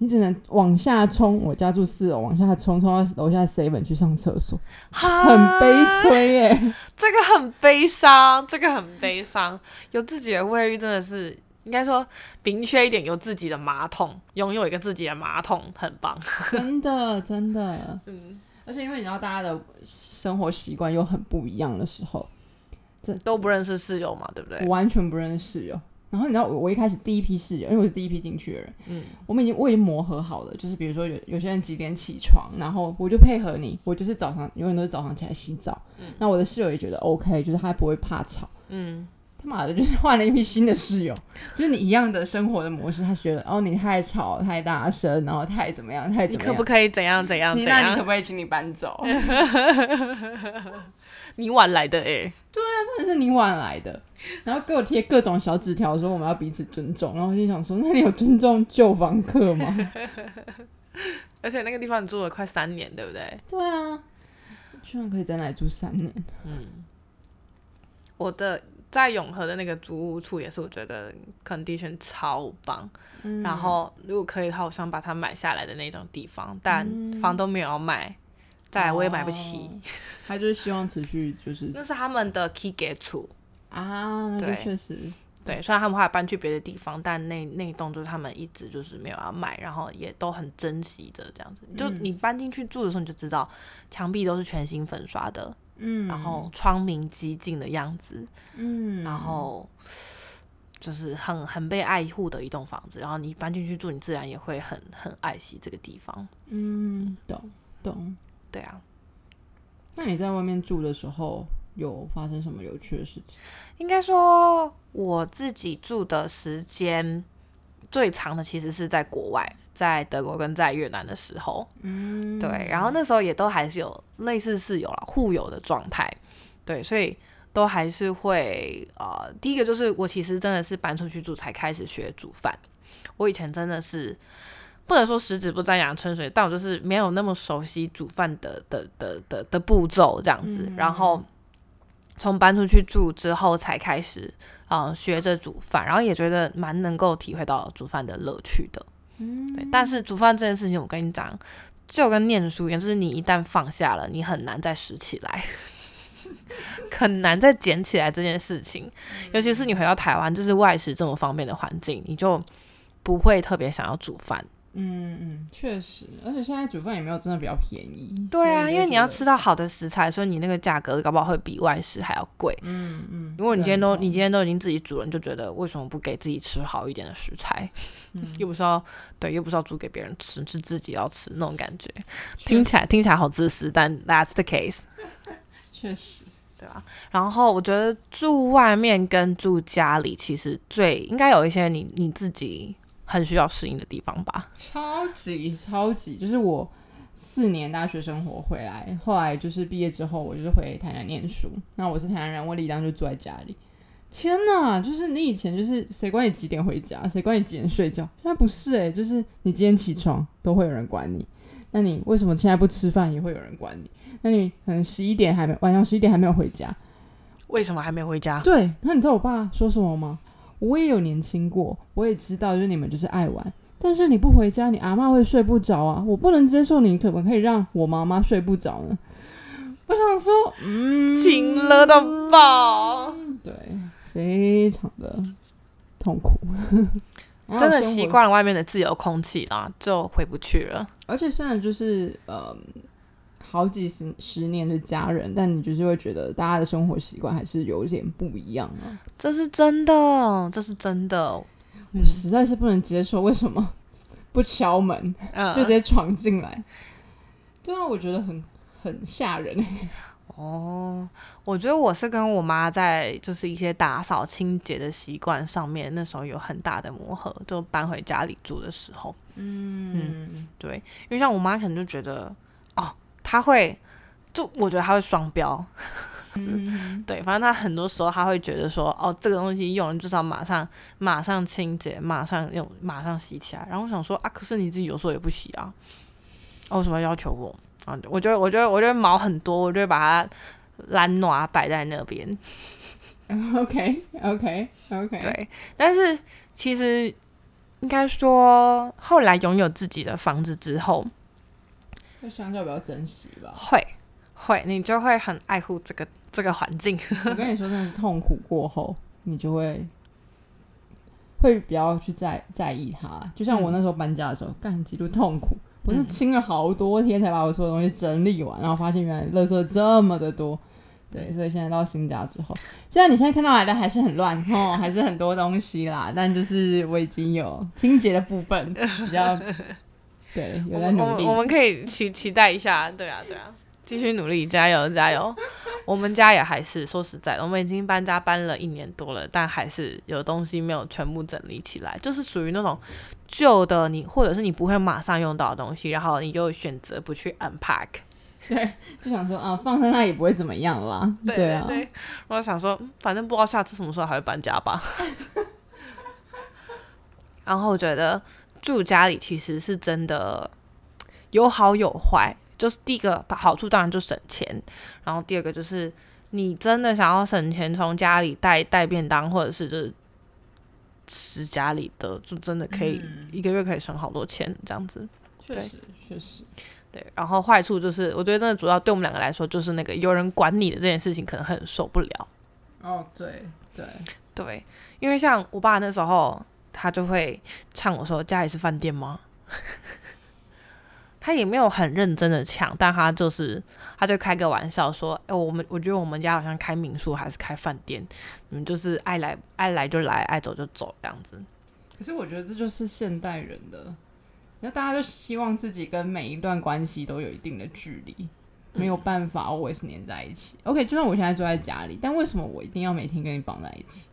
A: 你只能往下冲。我家住四楼，往下冲，冲到楼下 seven 去上厕所，
B: 哈
A: 很悲，催耶、
B: 这个很悲伤，这个很悲伤。有自己的卫浴真的是，应该说明确一点，有自己的马桶，拥有一个自己的马桶很棒。
A: 真的真的。
B: 嗯，
A: 而且因为你知道，大家的生活习惯又很不一样的时候，
B: 都不认识室友嘛，对不
A: 我
B: 对？
A: 完全不认识室友。然后你知道我，我一开始第一批室友，因为我是第一批进去的人，
B: 嗯
A: 我们已经我已经磨合好了，就是比如说有有些人几点起床，然后我就配合你，我就是早上永远都是早上起来洗澡。那我的室友也觉得 OK，就是他不会怕吵。
B: 嗯，
A: 他妈的，就是换了一批新的室友，就是你一样的生活的模式，他觉得哦你太吵太大声，然后太怎么样太
B: 你
A: 怎么
B: 可
A: 样。
B: 不可以怎样怎样
A: 你
B: 怎
A: 那你可
B: 样？
A: 不可以请你搬 走？
B: 你晚来的哎、
A: 真的是你晚来的，然后给我贴各种小纸条说我们要彼此尊重，然后我就想说，那你有尊重旧房客吗？
B: 而且那个地方你住了快三年，对不对？
A: 对啊，居然可以在那里住三年，
B: 我的在永和的那个租屋处也是，我觉得 condition 超棒。
A: 嗯
B: 然后如果可以的话，我想把它买下来的那种地方，但房东没有要卖，再来我也买不起，
A: 嗯哦他就是希望持续就是
B: 那是他们的 key 给处。
A: 啊，那就
B: 对
A: 确实
B: 对，虽然他们后来搬去别的地方，但那那一栋就是他们一直就是没有要卖，然后也都很珍惜着这样子。就你
A: 嗯
B: 搬进去住的时候，你就知道墙壁都是全新粉刷的，
A: 嗯
B: 然后窗明几净的样子，
A: 嗯，
B: 然后就是很很被爱护的一栋房子。然后你搬进去住，你自然也会很很爱惜这个地方。
A: 嗯，懂懂。
B: 对啊，
A: 那你在外面住的时候，有发生什么有趣的事情？
B: 应该说我自己住的时间最长的其实是在国外，在德国跟在越南的时候，
A: 嗯，
B: 对，然后那时候也都还是有类似室友啦、互友的状态，对，所以都还是会呃，第一个就是我其实真的是搬出去住才开始学煮饭，我以前真的是。不能说十指不沾阳春水，但我就是没有那么熟悉煮饭的的的的的步骤这样子。然后从搬出去住之后，才开始呃学着煮饭，然后也觉得蛮能够体会到煮饭的乐趣的。嗯，对。但是煮饭这件事情，我跟你讲，就跟念书一样，就是你一旦放下了，你很难再拾起来， 很难再捡起来这件事情。尤其是你回到台湾，就是外食这么方便的环境，你就不会特别想要煮饭。
A: 嗯嗯，确实，而且现在煮饭也没有真的比较便宜。
B: 对啊，
A: 所以就
B: 因为你要
A: 觉得
B: 吃到好的食材，所以你那个价格搞不好会比外食还要贵。
A: 嗯嗯，
B: 如果你
A: 对
B: 今天都
A: 没错
B: 你今天都已经自己煮了，你就觉得为什么不给自己吃好一点的食材？
A: 嗯
B: 又不是要对，又不是要煮给别人吃，是自己要吃那种感觉。听起来听起来好自私，但 that's the case，
A: 确实
B: 对吧？然后我觉得住外面跟住家里，其实最应该有一些你你自己很需要适应的地方吧。
A: 超级超级，就是我四年大学生活回来，后来就是毕业之后，我就是回台南念书。那我是台南人，我理当就住在家里。天哪，就是你以前就是谁管你几点回家，谁管你几点睡觉？现在不是诶、就是你几点起床都会有人管你。那你为什么现在不吃饭也会有人管你？那你可能十一点还没晚上十一点还没有回家，
B: 为什么还没回家？
A: 对，然后你知道我爸说什么吗？我也有年轻过，我也知道，就是你们就是爱玩，但是你不回家，你阿嬷会睡不着啊！我不能接受你可不可以让我妈妈睡不着呢？我想说，嗯，
B: 请了到爆！
A: 对，非常的痛苦，然后
B: 真的
A: 生活
B: 习。惯了外面的自由空气啦，就回不去了。
A: 而且虽然就是呃，好几十十年的家人，但你就是会觉得大家的生活习惯还是有一点不一样啊。
B: 这是真的，这是真的。嗯
A: 我实在是不能接受，为什么不敲门
B: 嗯，
A: 就直接闯进来？对啊，我觉得很很吓人。欸
B: 哦，我觉得我是跟我妈在就是一些打扫清洁的习惯上面，那时候有很大的磨合，就搬回家里住的时候，
A: 嗯，
B: 对，因为像我妈可能就觉得，哦，她会，就我觉得她会双标，对，反正她很多时候她会觉得说，哦，这个东西用了就是要马上马上清洁，马上用，马上洗起来。然后我想说啊，可是你自己有时候也不洗啊，哦，为什么要求我？啊，我觉得，我觉得，我觉得毛很多，我就会把它懒暖摆在那边。
A: OK OK OK，
B: 对，但是其实应该说，后来拥有自己的房子之后，
A: 就相较比较珍惜吧。
B: 会会，你就会很爱护这个这个环境。
A: 我跟你说，真的是痛苦过后，你就会会比较去在在意它。就
B: 嗯
A: 像我那时候搬家的时候，干极度痛苦，我是清了好多天才把我所有东西整理完，然后发现原来垃圾这么的多。对，所以现在到新家之后，虽然你现在看到来的还是很乱哦，还是很多东西啦，但就是我已经有清洁的部分比 较，对，
B: 我
A: 有在
B: 们
A: 努
B: 我们我
A: 力。
B: 们可以期期待一下，对啊对啊，继续努力，加油加油！ 我们家也还是说实在的，我们已经搬家搬了一年多了，但还是有东西没有全部整理起来，就是属于那种旧的你，或者是你不会马上用到的东西，然后你就选择不去 unpack。
A: 对，就想说啊，放在那也不会怎么样啦。
B: 对
A: 啊，
B: 对，我想说，嗯反正不知道下次什么时候还会搬家吧。 然后我觉得住家里其实是真的有好有坏，就是第一个好处当然就省钱，然后第二个就是你真的想要省钱，从家里带带便当或者是就是吃家里的，就真的可以、一个月可以省好多钱这样子。
A: 确实确实。
B: 对，然后坏处就是，我觉得真的主要对我们两个来说，就是那个有人管你的这件事情，可能很受不了。
A: 哦，对对，
B: 对，因为像我爸那时候，他就会呛我说：“家里是饭店吗？” 他也没有很认真的呛，但他就是他就开个玩笑说：“哎、我们我觉得我们家好像开民宿还是开饭店，你们就是爱来爱来就来，爱走就走这样子。
A: 可是我觉得这就是现代人的，那大家就希望自己跟每一段关系都有一定的距离，没有办法 always 黏在一起。OK，就算我现在住在家里，但为什么我一定要每天跟你绑在一起？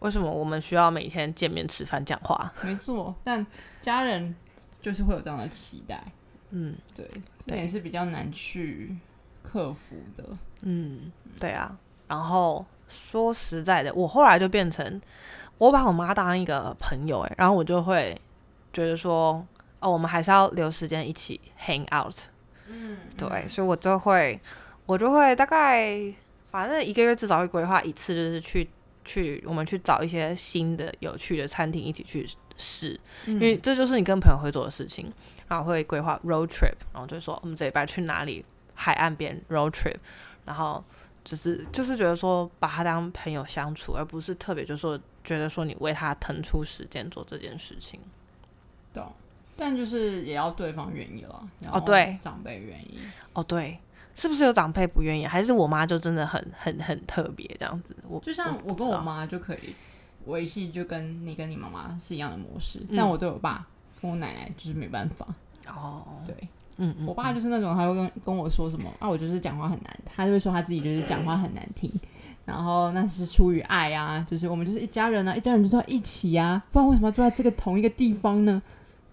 B: 为什么我们需要每天见面吃饭讲话？
A: 没错， 但家人就是会有这样的期待，
B: 嗯
A: 对，这点是比较难去克服的。
B: 嗯，对啊。然后说实在的，我后来就变成我把我妈当一个朋友、欸，然后我就会觉得说，哦，我们还是要留时间一起 hang out。嗯，对，所以我就会，我就会大概反正一个月至少会规划一次，就是去去我们去找一些新的有趣的餐厅一起去试，因为这就是你跟朋友会做的事情。然后会规划 road trip，然后就说哦我们这礼拜去哪里海岸边 road trip，然后就是就是觉得说把他当朋友相处，而不是特别就说觉得说你为他腾出时间做这件事情。
A: 懂。但就是也要对方愿意了，然后
B: 对
A: 长辈愿意，
B: 哦，对，是不是有长辈不愿意，还是我妈就真的很很很特别这样子？我
A: 就像
B: 不
A: 我跟
B: 知
A: 我
B: 道
A: 妈就可以维系，就跟你跟你妈妈是一样的模式，
B: 嗯
A: 但我对我爸跟我奶奶就是没办法，
B: 哦，
A: 对。
B: 嗯嗯，
A: 我爸就是那种，他会跟跟我说什么啊，我就是讲话很难，他就会说他自己就是讲话很难听，然后那是出于爱啊，就是我们就是一家人啊，一家人就是要一起啊，不然为什么要住在这个同一个地方呢？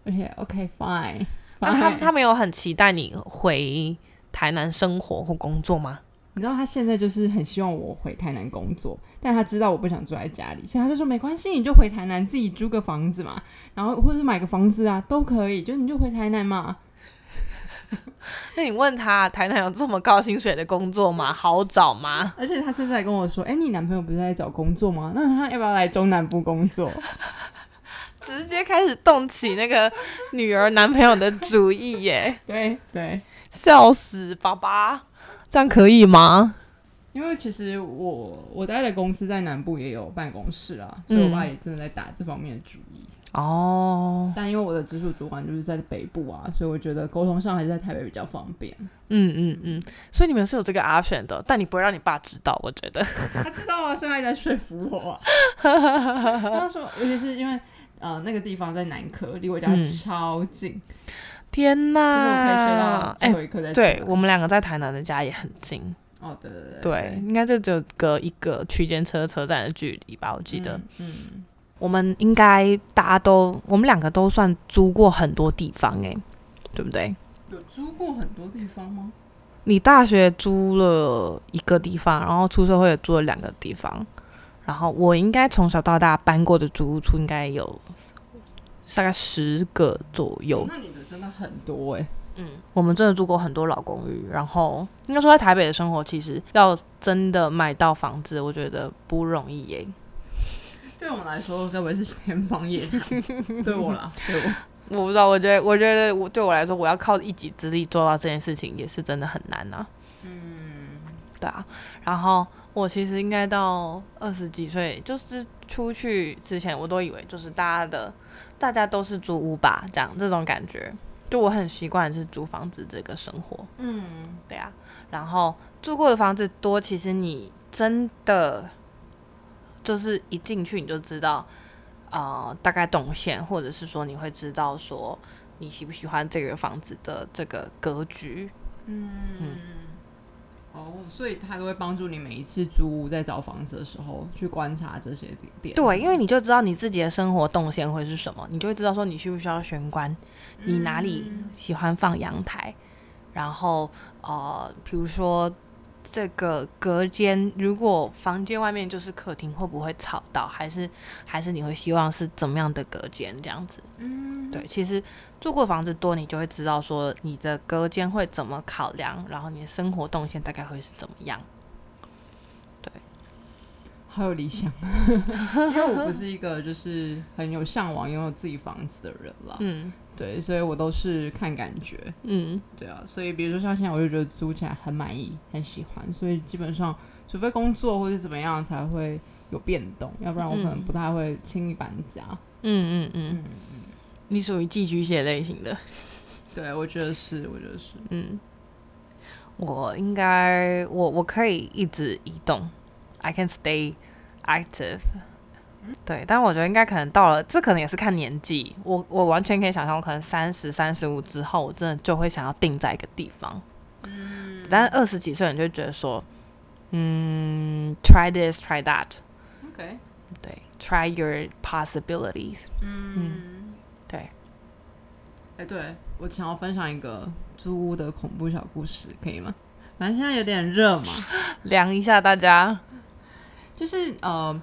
A: 而且 OK fine，
B: 那他
A: fine
B: 他没有很期待你回台南生活或工作吗？
A: 你知道他现在就是很希望我回台南工作，但他知道我不想住在家里，所以他就说没关系，你就回台南自己租个房子嘛，然后或者是买个房子啊都可以，就你就回台南嘛。
B: 那你问他台南有这么高薪水的工作吗？好找吗？
A: 而且他现在还跟我说，哎、你男朋友不是在找工作吗？那他要不要来中南部工作？
B: 直接开始动起那个女儿男朋友的主意耶，
A: 对对，
B: 笑死爸爸！这样可以吗？
A: 因为其实我我待的公司在南部也有办公室啊，所以我爸也真的在打这方面的主意。
B: 哦，
A: 但因为我的直属主管就是在北部啊，所以我觉得沟通上还是在台北比较方便。
B: 嗯嗯嗯，所以你们是有这个 option 的，但你不会让你爸知道，我觉得。
A: 他知道啊，所以他一直在说服 我、啊。他说，尤其是因为呃那个地方在南科，离我家
B: 嗯
A: 超近，
B: 天
A: 就是我可以学
B: 呐
A: 到！最
B: 哎、
A: 后一课在、
B: 对我们两个在台南的家也很近，
A: 哦，对对对
B: 对，应该就只有隔一个区间车车站的距离吧，我记得。，
A: 嗯嗯，
B: 我们应该大家都，我们两个都算租过很多地方诶、对不对？
A: 有租过很多地方吗？
B: 你大学租了一个地方，然后出社会也租了两个地方，然后我应该从小到大搬过的租屋处应该有大概十个左右。
A: 那你的真的很多哎、
B: 我们真的住过很多老公寓，然后应该说在台北的生活，其实要真的买到房子，我觉得不容易耶、
A: 对我们来说，该不会是天方夜谭？对我啦，对我。
B: 我不知道，我觉得，我觉得我对我来说，我要靠一己之力做到这件事情，也是真的很难啊。嗯，对啊。然后我其实应该到二十几岁，就是出去之前，我都以为就是大家的，大家都是租屋吧，这样这种感觉，就我很习惯是租房子这个生活。
A: 嗯，
B: 对啊，然后住过的房子多，其实你真的就是一进去你就知道，呃，大概动线，或者是说你会知道说你喜不喜欢这个房子的这个格局。
A: 嗯
B: 嗯
A: 哦，所以他都会帮助你每一次租屋在找房子的时候去观察这些点。
B: 对，因为你就知道你自己的生活动线会是什么，你就会知道说你需不需要玄关，你哪里喜欢放阳台，然后呃，比如说这个隔间，如果房间外面就是客厅，会不会吵到？还是还是你会希望是怎么样的隔间这样子？
A: 嗯，
B: 对，其实住过房子多，你就会知道说你的隔间会怎么考量，然后你的生活动线大概会是怎么样。
A: 好有理 想，因为我不是一个就是很有向往拥有自己房子的人啦，
B: 嗯
A: 对，所以我都是看感觉，
B: 嗯
A: 对啊，所以比如说像现在我就觉得租起来很满意，很喜欢，所以基本上除非工作或是怎么样才会有变动，要不然我可能
B: 嗯
A: 不太会轻易搬家。
B: 嗯嗯嗯，你属于寄居蟹类型的。
A: 对，我觉得是，我觉得是，
B: 嗯，我应该我我可以一直移动，I can stay active。对，但我觉得应该可能到了，这可能也是看年纪。我我完全可以想象，我可能三十、三十五之后，我真的就会想要定在一个地方。嗯，但二十几岁你就觉得说，嗯，try this, try that，
A: OK，
B: 对，try your possibilities。
A: 嗯，
B: 对，
A: 哎、对我想要分享一个租屋的恐怖小故事，可以吗？反正现在有点热嘛，
B: 量一下大家。
A: 就是呃，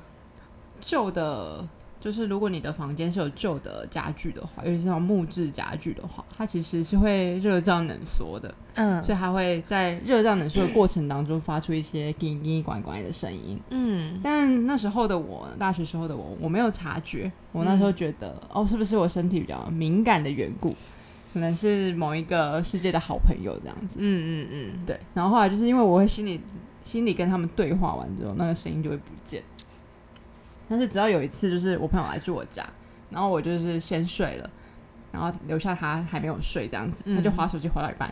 A: 旧的，就是如果你的房间是有旧的家具的话，尤其是那种木质家具的话，它其实是会热胀冷缩的，
B: 嗯
A: 所以它会在热胀冷缩的过程当中发出一些叮叮管管的声音。
B: 嗯
A: 但那时候的我，大学时候的我，我没有察觉，我那时候觉得、哦，是不是我身体比较敏感的缘故？可能是某一个世界的好朋友这样子。
B: 嗯嗯嗯，
A: 对，然后后来就是因为我会心里心里跟他们对话完之后，那个声音就会不见。但是只要有一次，就是我朋友来住我家，然后我就是先睡了，然后留下他还没有睡这样子，
B: 嗯
A: 他就划手机划到一半，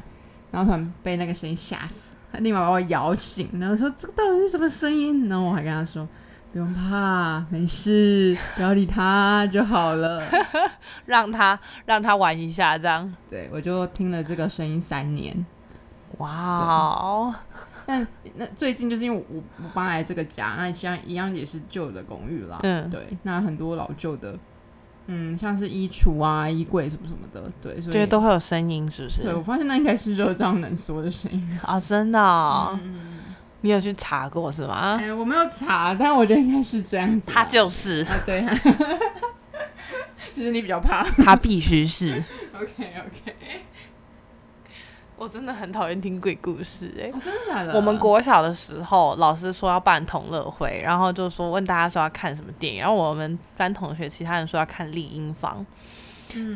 A: 然后突然被那个声音吓死，他立马把我摇醒，然后说这个到底是什么声音？然后我还跟他说不用怕，没事，不要理他就好了。
B: 让他让他玩一下这样。
A: 对我就听了这个声音三年，
B: 哇哦，
A: 但那最近就是因为我我搬来这个家，那像一样也是旧的公寓啦，
B: 嗯
A: 对，那很多老旧的，嗯，像是衣橱啊、衣柜什么什么的，对，所
B: 觉得
A: 以
B: 都会有声音，是不是？
A: 对我发现那应该是热胀冷缩的声音。
B: 啊，真的哦、
A: 嗯
B: 你有去查过是吗？
A: 哎，我没有查，但我觉得应该是这样子啊。
B: 他就是，
A: 啊， 对，其实你比较怕。
B: 他必须是。
A: OK OK，
B: 我真的很讨厌听鬼故事哎、
A: 哦，真的假的？
B: 我们国小的时候，老师说要办同乐会，然后就说问大家说要看什么电影，然后我们班同学其他人说要看《丽婴房》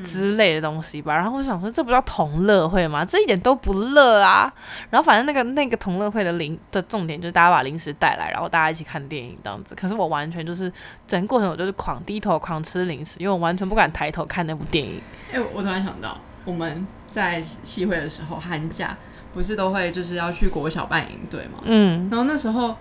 B: 之类的东西吧。然后我想说，这不叫同乐会吗？这一点都不乐啊。然后反正那个那个同乐会的零的重点就是大家把零食带来，然后大家一起看电影这样子。可是我完全就是整个过程我就是狂低头狂吃零食，因为我完全不敢抬头看那部电影。
A: 哎、我我突然想到，我们在系会的时候，寒假不是都会就是要去国小办营队吗？
B: 嗯，
A: 然后那时候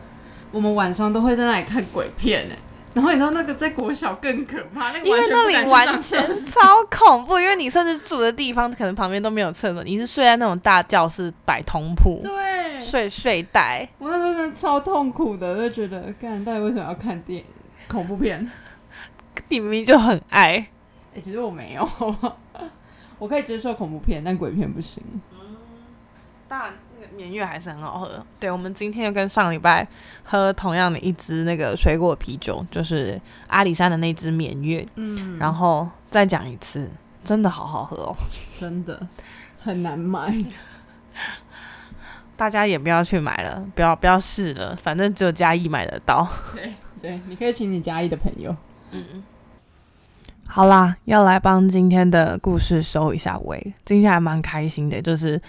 A: 我们晚上都会在那里看鬼片哎、然后你知道那个在国小更可怕，那个
B: 因为
A: 完全
B: 那
A: 不敢
B: 里
A: 去
B: 完
A: 上
B: 全
A: 厕所
B: 超恐怖，因为你甚至住的地方可能旁边都没有厕所，你是睡在那种大教室摆通铺
A: 对，
B: 睡睡袋，
A: 我那时候真的超痛苦的，就觉得干到底为什么要看电影恐怖片？
B: 你明明就很爱。
A: 哎、其实我没有，我可以接受恐怖片，但鬼片不行。
B: 当然，那个年月还是很好喝。对，我们今天又跟上礼拜喝同样的一支那个水果啤酒，就是阿里山的那支绵月。
A: 嗯，
B: 然后再讲一次，真的好好喝哦！
A: 真的很难买。
B: 大家也不要去买了，不要不要试了，反正只有嘉义买得到。
A: 对对，你可以请你嘉义的朋友。
B: 好啦，要来帮今天的故事收一下尾。今天还蛮开心的，就是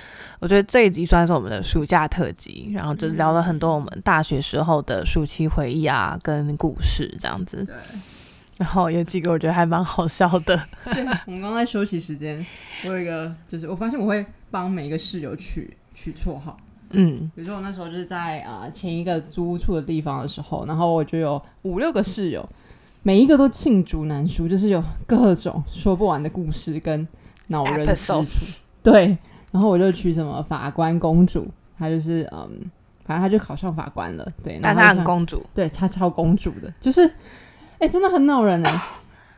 B: 我觉得这一集算是我们的暑假特辑，然后就聊了很多我们大学时候的暑期回忆啊，跟故事这样子。
A: 对，
B: 然后有几个我觉得还蛮好笑的。
A: 对， 我们刚刚在休息时间，我有一个就是我发现我会帮每一个室友取取绰号。
B: 嗯，
A: 比如说我那时候就是在啊、呃前一个租屋处的地方的时候，然后我就有五六个室友，每一个都罄竹难书，就是有各种说不完的故事跟恼人之处
B: Episode。
A: 对，然后我就取什么法官公主，她就是嗯，反正她就考上法官了，对，
B: 但
A: 然后
B: 她
A: 就
B: 很
A: 像
B: 公主，
A: 对，她超公主的，就是，哎、真的很恼人哎、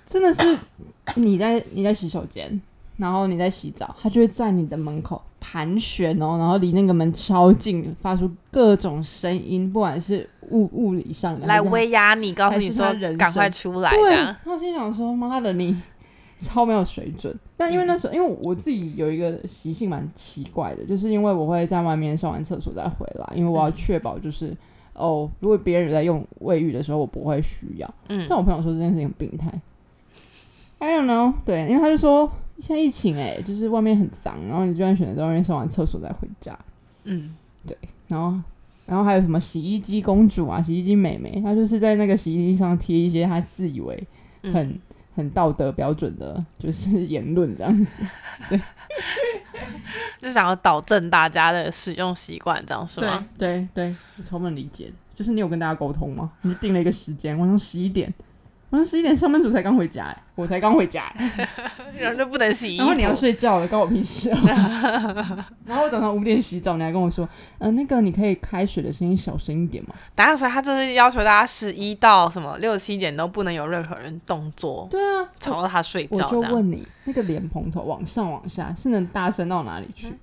A: 真的是你在你在洗手间，然后你在洗澡，她就会在你的门口盘旋哦，然后离那个门超近，发出各种声音，不管是物物理上的，
B: 来
A: 还是她
B: 威压你，告诉你说
A: 还是她人生
B: 赶快出来啊
A: 对，
B: 这
A: 然
B: 样。
A: 后心想说，妈的你 超没有水准。但因为那时候，因为我自己有一个习性蛮奇怪的，就是因为我会在外面上完厕所再回来，因为我
B: 嗯
A: 要确保就是。哦，如果别人在用卫浴的时候，我不会需要。
B: 嗯
A: 但我朋友说这件事情很病态。I don't know，对，因为他就说现在疫情哎、就是外面很脏，然后你居然选择在外面上完厕所再回家，
B: 嗯，
A: 然后然后还有什么洗衣机公主啊，洗衣机妹妹，她就是在那个洗衣机上贴一些她自以为
B: 嗯
A: 很、很道德标准的，就是言论这 样子。
B: 就想要导正大家的使用习惯，这样是吗？
A: 对对，我超不能理解的。就是你有跟大家沟通吗？你定了一个时间，晚上十一点，晚上十一点上班族才刚回家、欸，我才刚回家欸、
B: 然后就不能洗衣服。
A: 然后你要睡觉了，关我屁事哦。 然后我早上五点洗澡，你还跟我说，呃，那个你可以开水的声音小声一点吗？
B: 打下水，他就是要求大家十一到什么六七点都不能有任何人动作，
A: 对啊，
B: 吵到他睡
A: 我
B: 觉
A: 就
B: 这样。
A: 问你，那个莲蓬头往上往下是能大声到哪里去？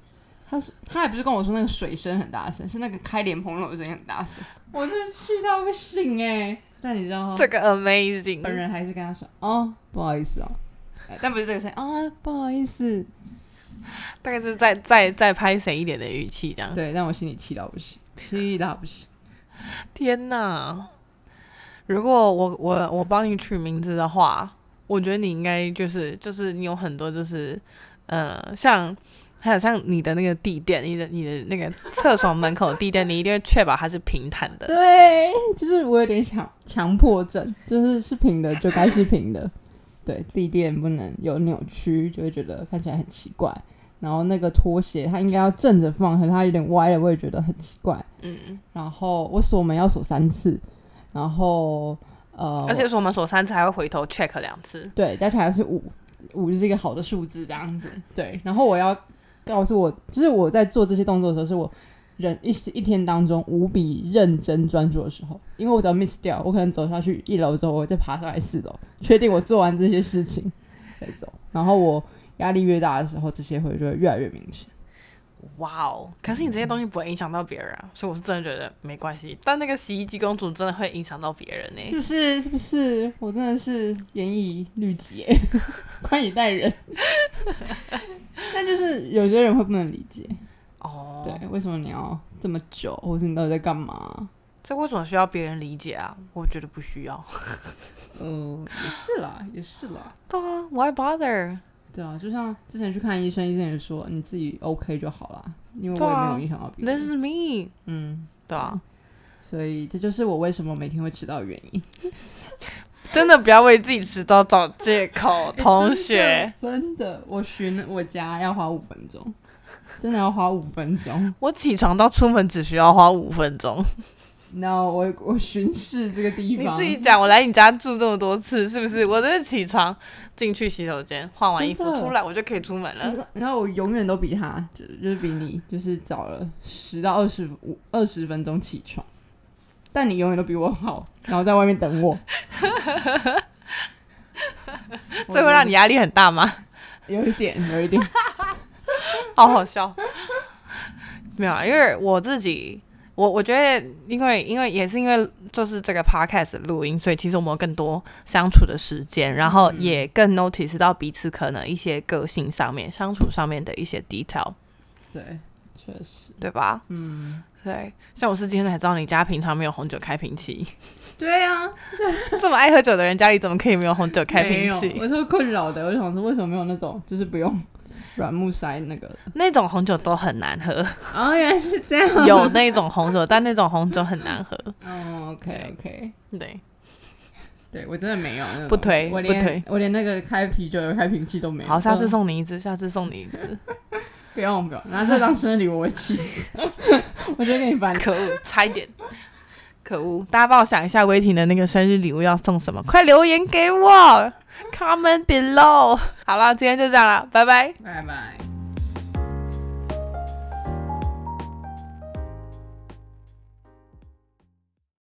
A: 他说他还不是跟我说那个水声很大声，是那个开莲蓬头的声音很大声。 我真的气到不行哎、但你知道吗？
B: 这个 amazing，
A: 本人还是跟他说哦，不好意思哦，哎但不是这个声音啊，不好意思。
B: 大概就是再再再拍谁一点的语气这样。
A: 对，但我心里气到不行，气到不行。
B: 天哪！如果我我我帮你取名字的话，我觉得你应该就是就是你有很多就是呃，像还有像你的那个地垫，你的你的那个厕所门口地垫，你一定会确保它是平坦 的。
A: 对，就是我有点强强迫症，就是是平的就该是平的。对地垫不能有扭曲，就会觉得看起来很奇怪。然后那个拖鞋它应该要正着放，可是它有点歪了，我也觉得很奇怪。
B: 嗯，
A: 然后我锁门要锁三次，然后呃，
B: 而且锁门锁三次还会回头 check 两次，
A: 对，加起来是五，五就是一个好的数字这样子。对，然后我要告诉我，就是我在做这些动作的时候，是我人一一天当中无比认真专注的时候，因为我只要 miss 掉，我可能走下去一楼之后，我再爬上来四楼， 确定我做完这些事情再走。然后我压力越大的时候，这些会就会越来越明显。
B: 哇哦！可是你这些东西不会影响到别人啊，所以我是真的觉得没关系。但那个洗衣机公主真的会影响到别人欸呢、
A: 是不是？是不是？我真的是严以律己， 宽以待人。 但就是有些人会不能理解，
B: 哦，
A: 对，，为什么你要这么久，或是你到底在干嘛？
B: 这为什么需要别人理解啊？我觉得不需要。
A: 嗯、也是啦，也是啦。
B: 对啊，Why bother？
A: 对啊，就像之前去看医生，医生也说你自己 OK 就好啦，因为
B: 对
A: 我也
B: 啊
A: 没有影响到别
B: This
A: 人。
B: is me，
A: 嗯，
B: 对啊，
A: 所以这就是我为什么每天会迟到的原 因。
B: 真的不要为自己迟到找借口，同 学。
A: 哎真的真的，我巡我家要花五分钟，真的要花五分钟。
B: 我起床到出门只需要花五 分钟。
A: 然后我我巡视这个地
B: 你
A: 方，
B: 自己讲，我来你家住这么多次，是不是？我真的起床进去洗手间，换完衣服
A: 真的
B: 出来，我就可以出门了。
A: 然 后我永远都比他，就就是比你，就是早了十到二十五二十分钟起床，但你永远都比我好，然后在外面等 我，
B: 这会让你压力很大吗？
A: 有一点，有一点，
B: 好好笑。没有啊，因为我自己，我我觉得，因为因为也是因为就是这个 podcast 的录音，所以其实我们有更多相处的时间，然后
A: 嗯
B: 也更 notice 到彼此可能一些个性上面、相处上面的一些 detail，
A: 对，确实，
B: 对吧？
A: 嗯，
B: 对，像我是今天才知道你家平常没有红酒开瓶器，
A: 对啊，
B: 这么爱喝酒的人家里怎么可以没有红酒开
A: 没
B: 瓶
A: 有，
B: 器？
A: 我说困扰的，我就想说为什么没有那种就是不用软木塞那个，
B: 那种红酒都很难喝，
A: 哦，原来是这样，
B: 有那种红酒，但那种红酒很难喝。
A: 哦，OK OK，
B: 对，
A: 对我真的没有那种，
B: 不推
A: 我连
B: 不推
A: 我连那个开啤酒的开瓶器都没有，
B: 好，下次
A: 嗯
B: 送你一支，下次送你一支。
A: 不用不用，拿这当生日礼物我会气死， 我直接给你翻
B: 可恶，差一点，可恶！大家帮我想一下威婷的那个生日礼物要送什么，快留言给我，comment below。好啦，今天就这样啦，拜拜。
A: 拜拜。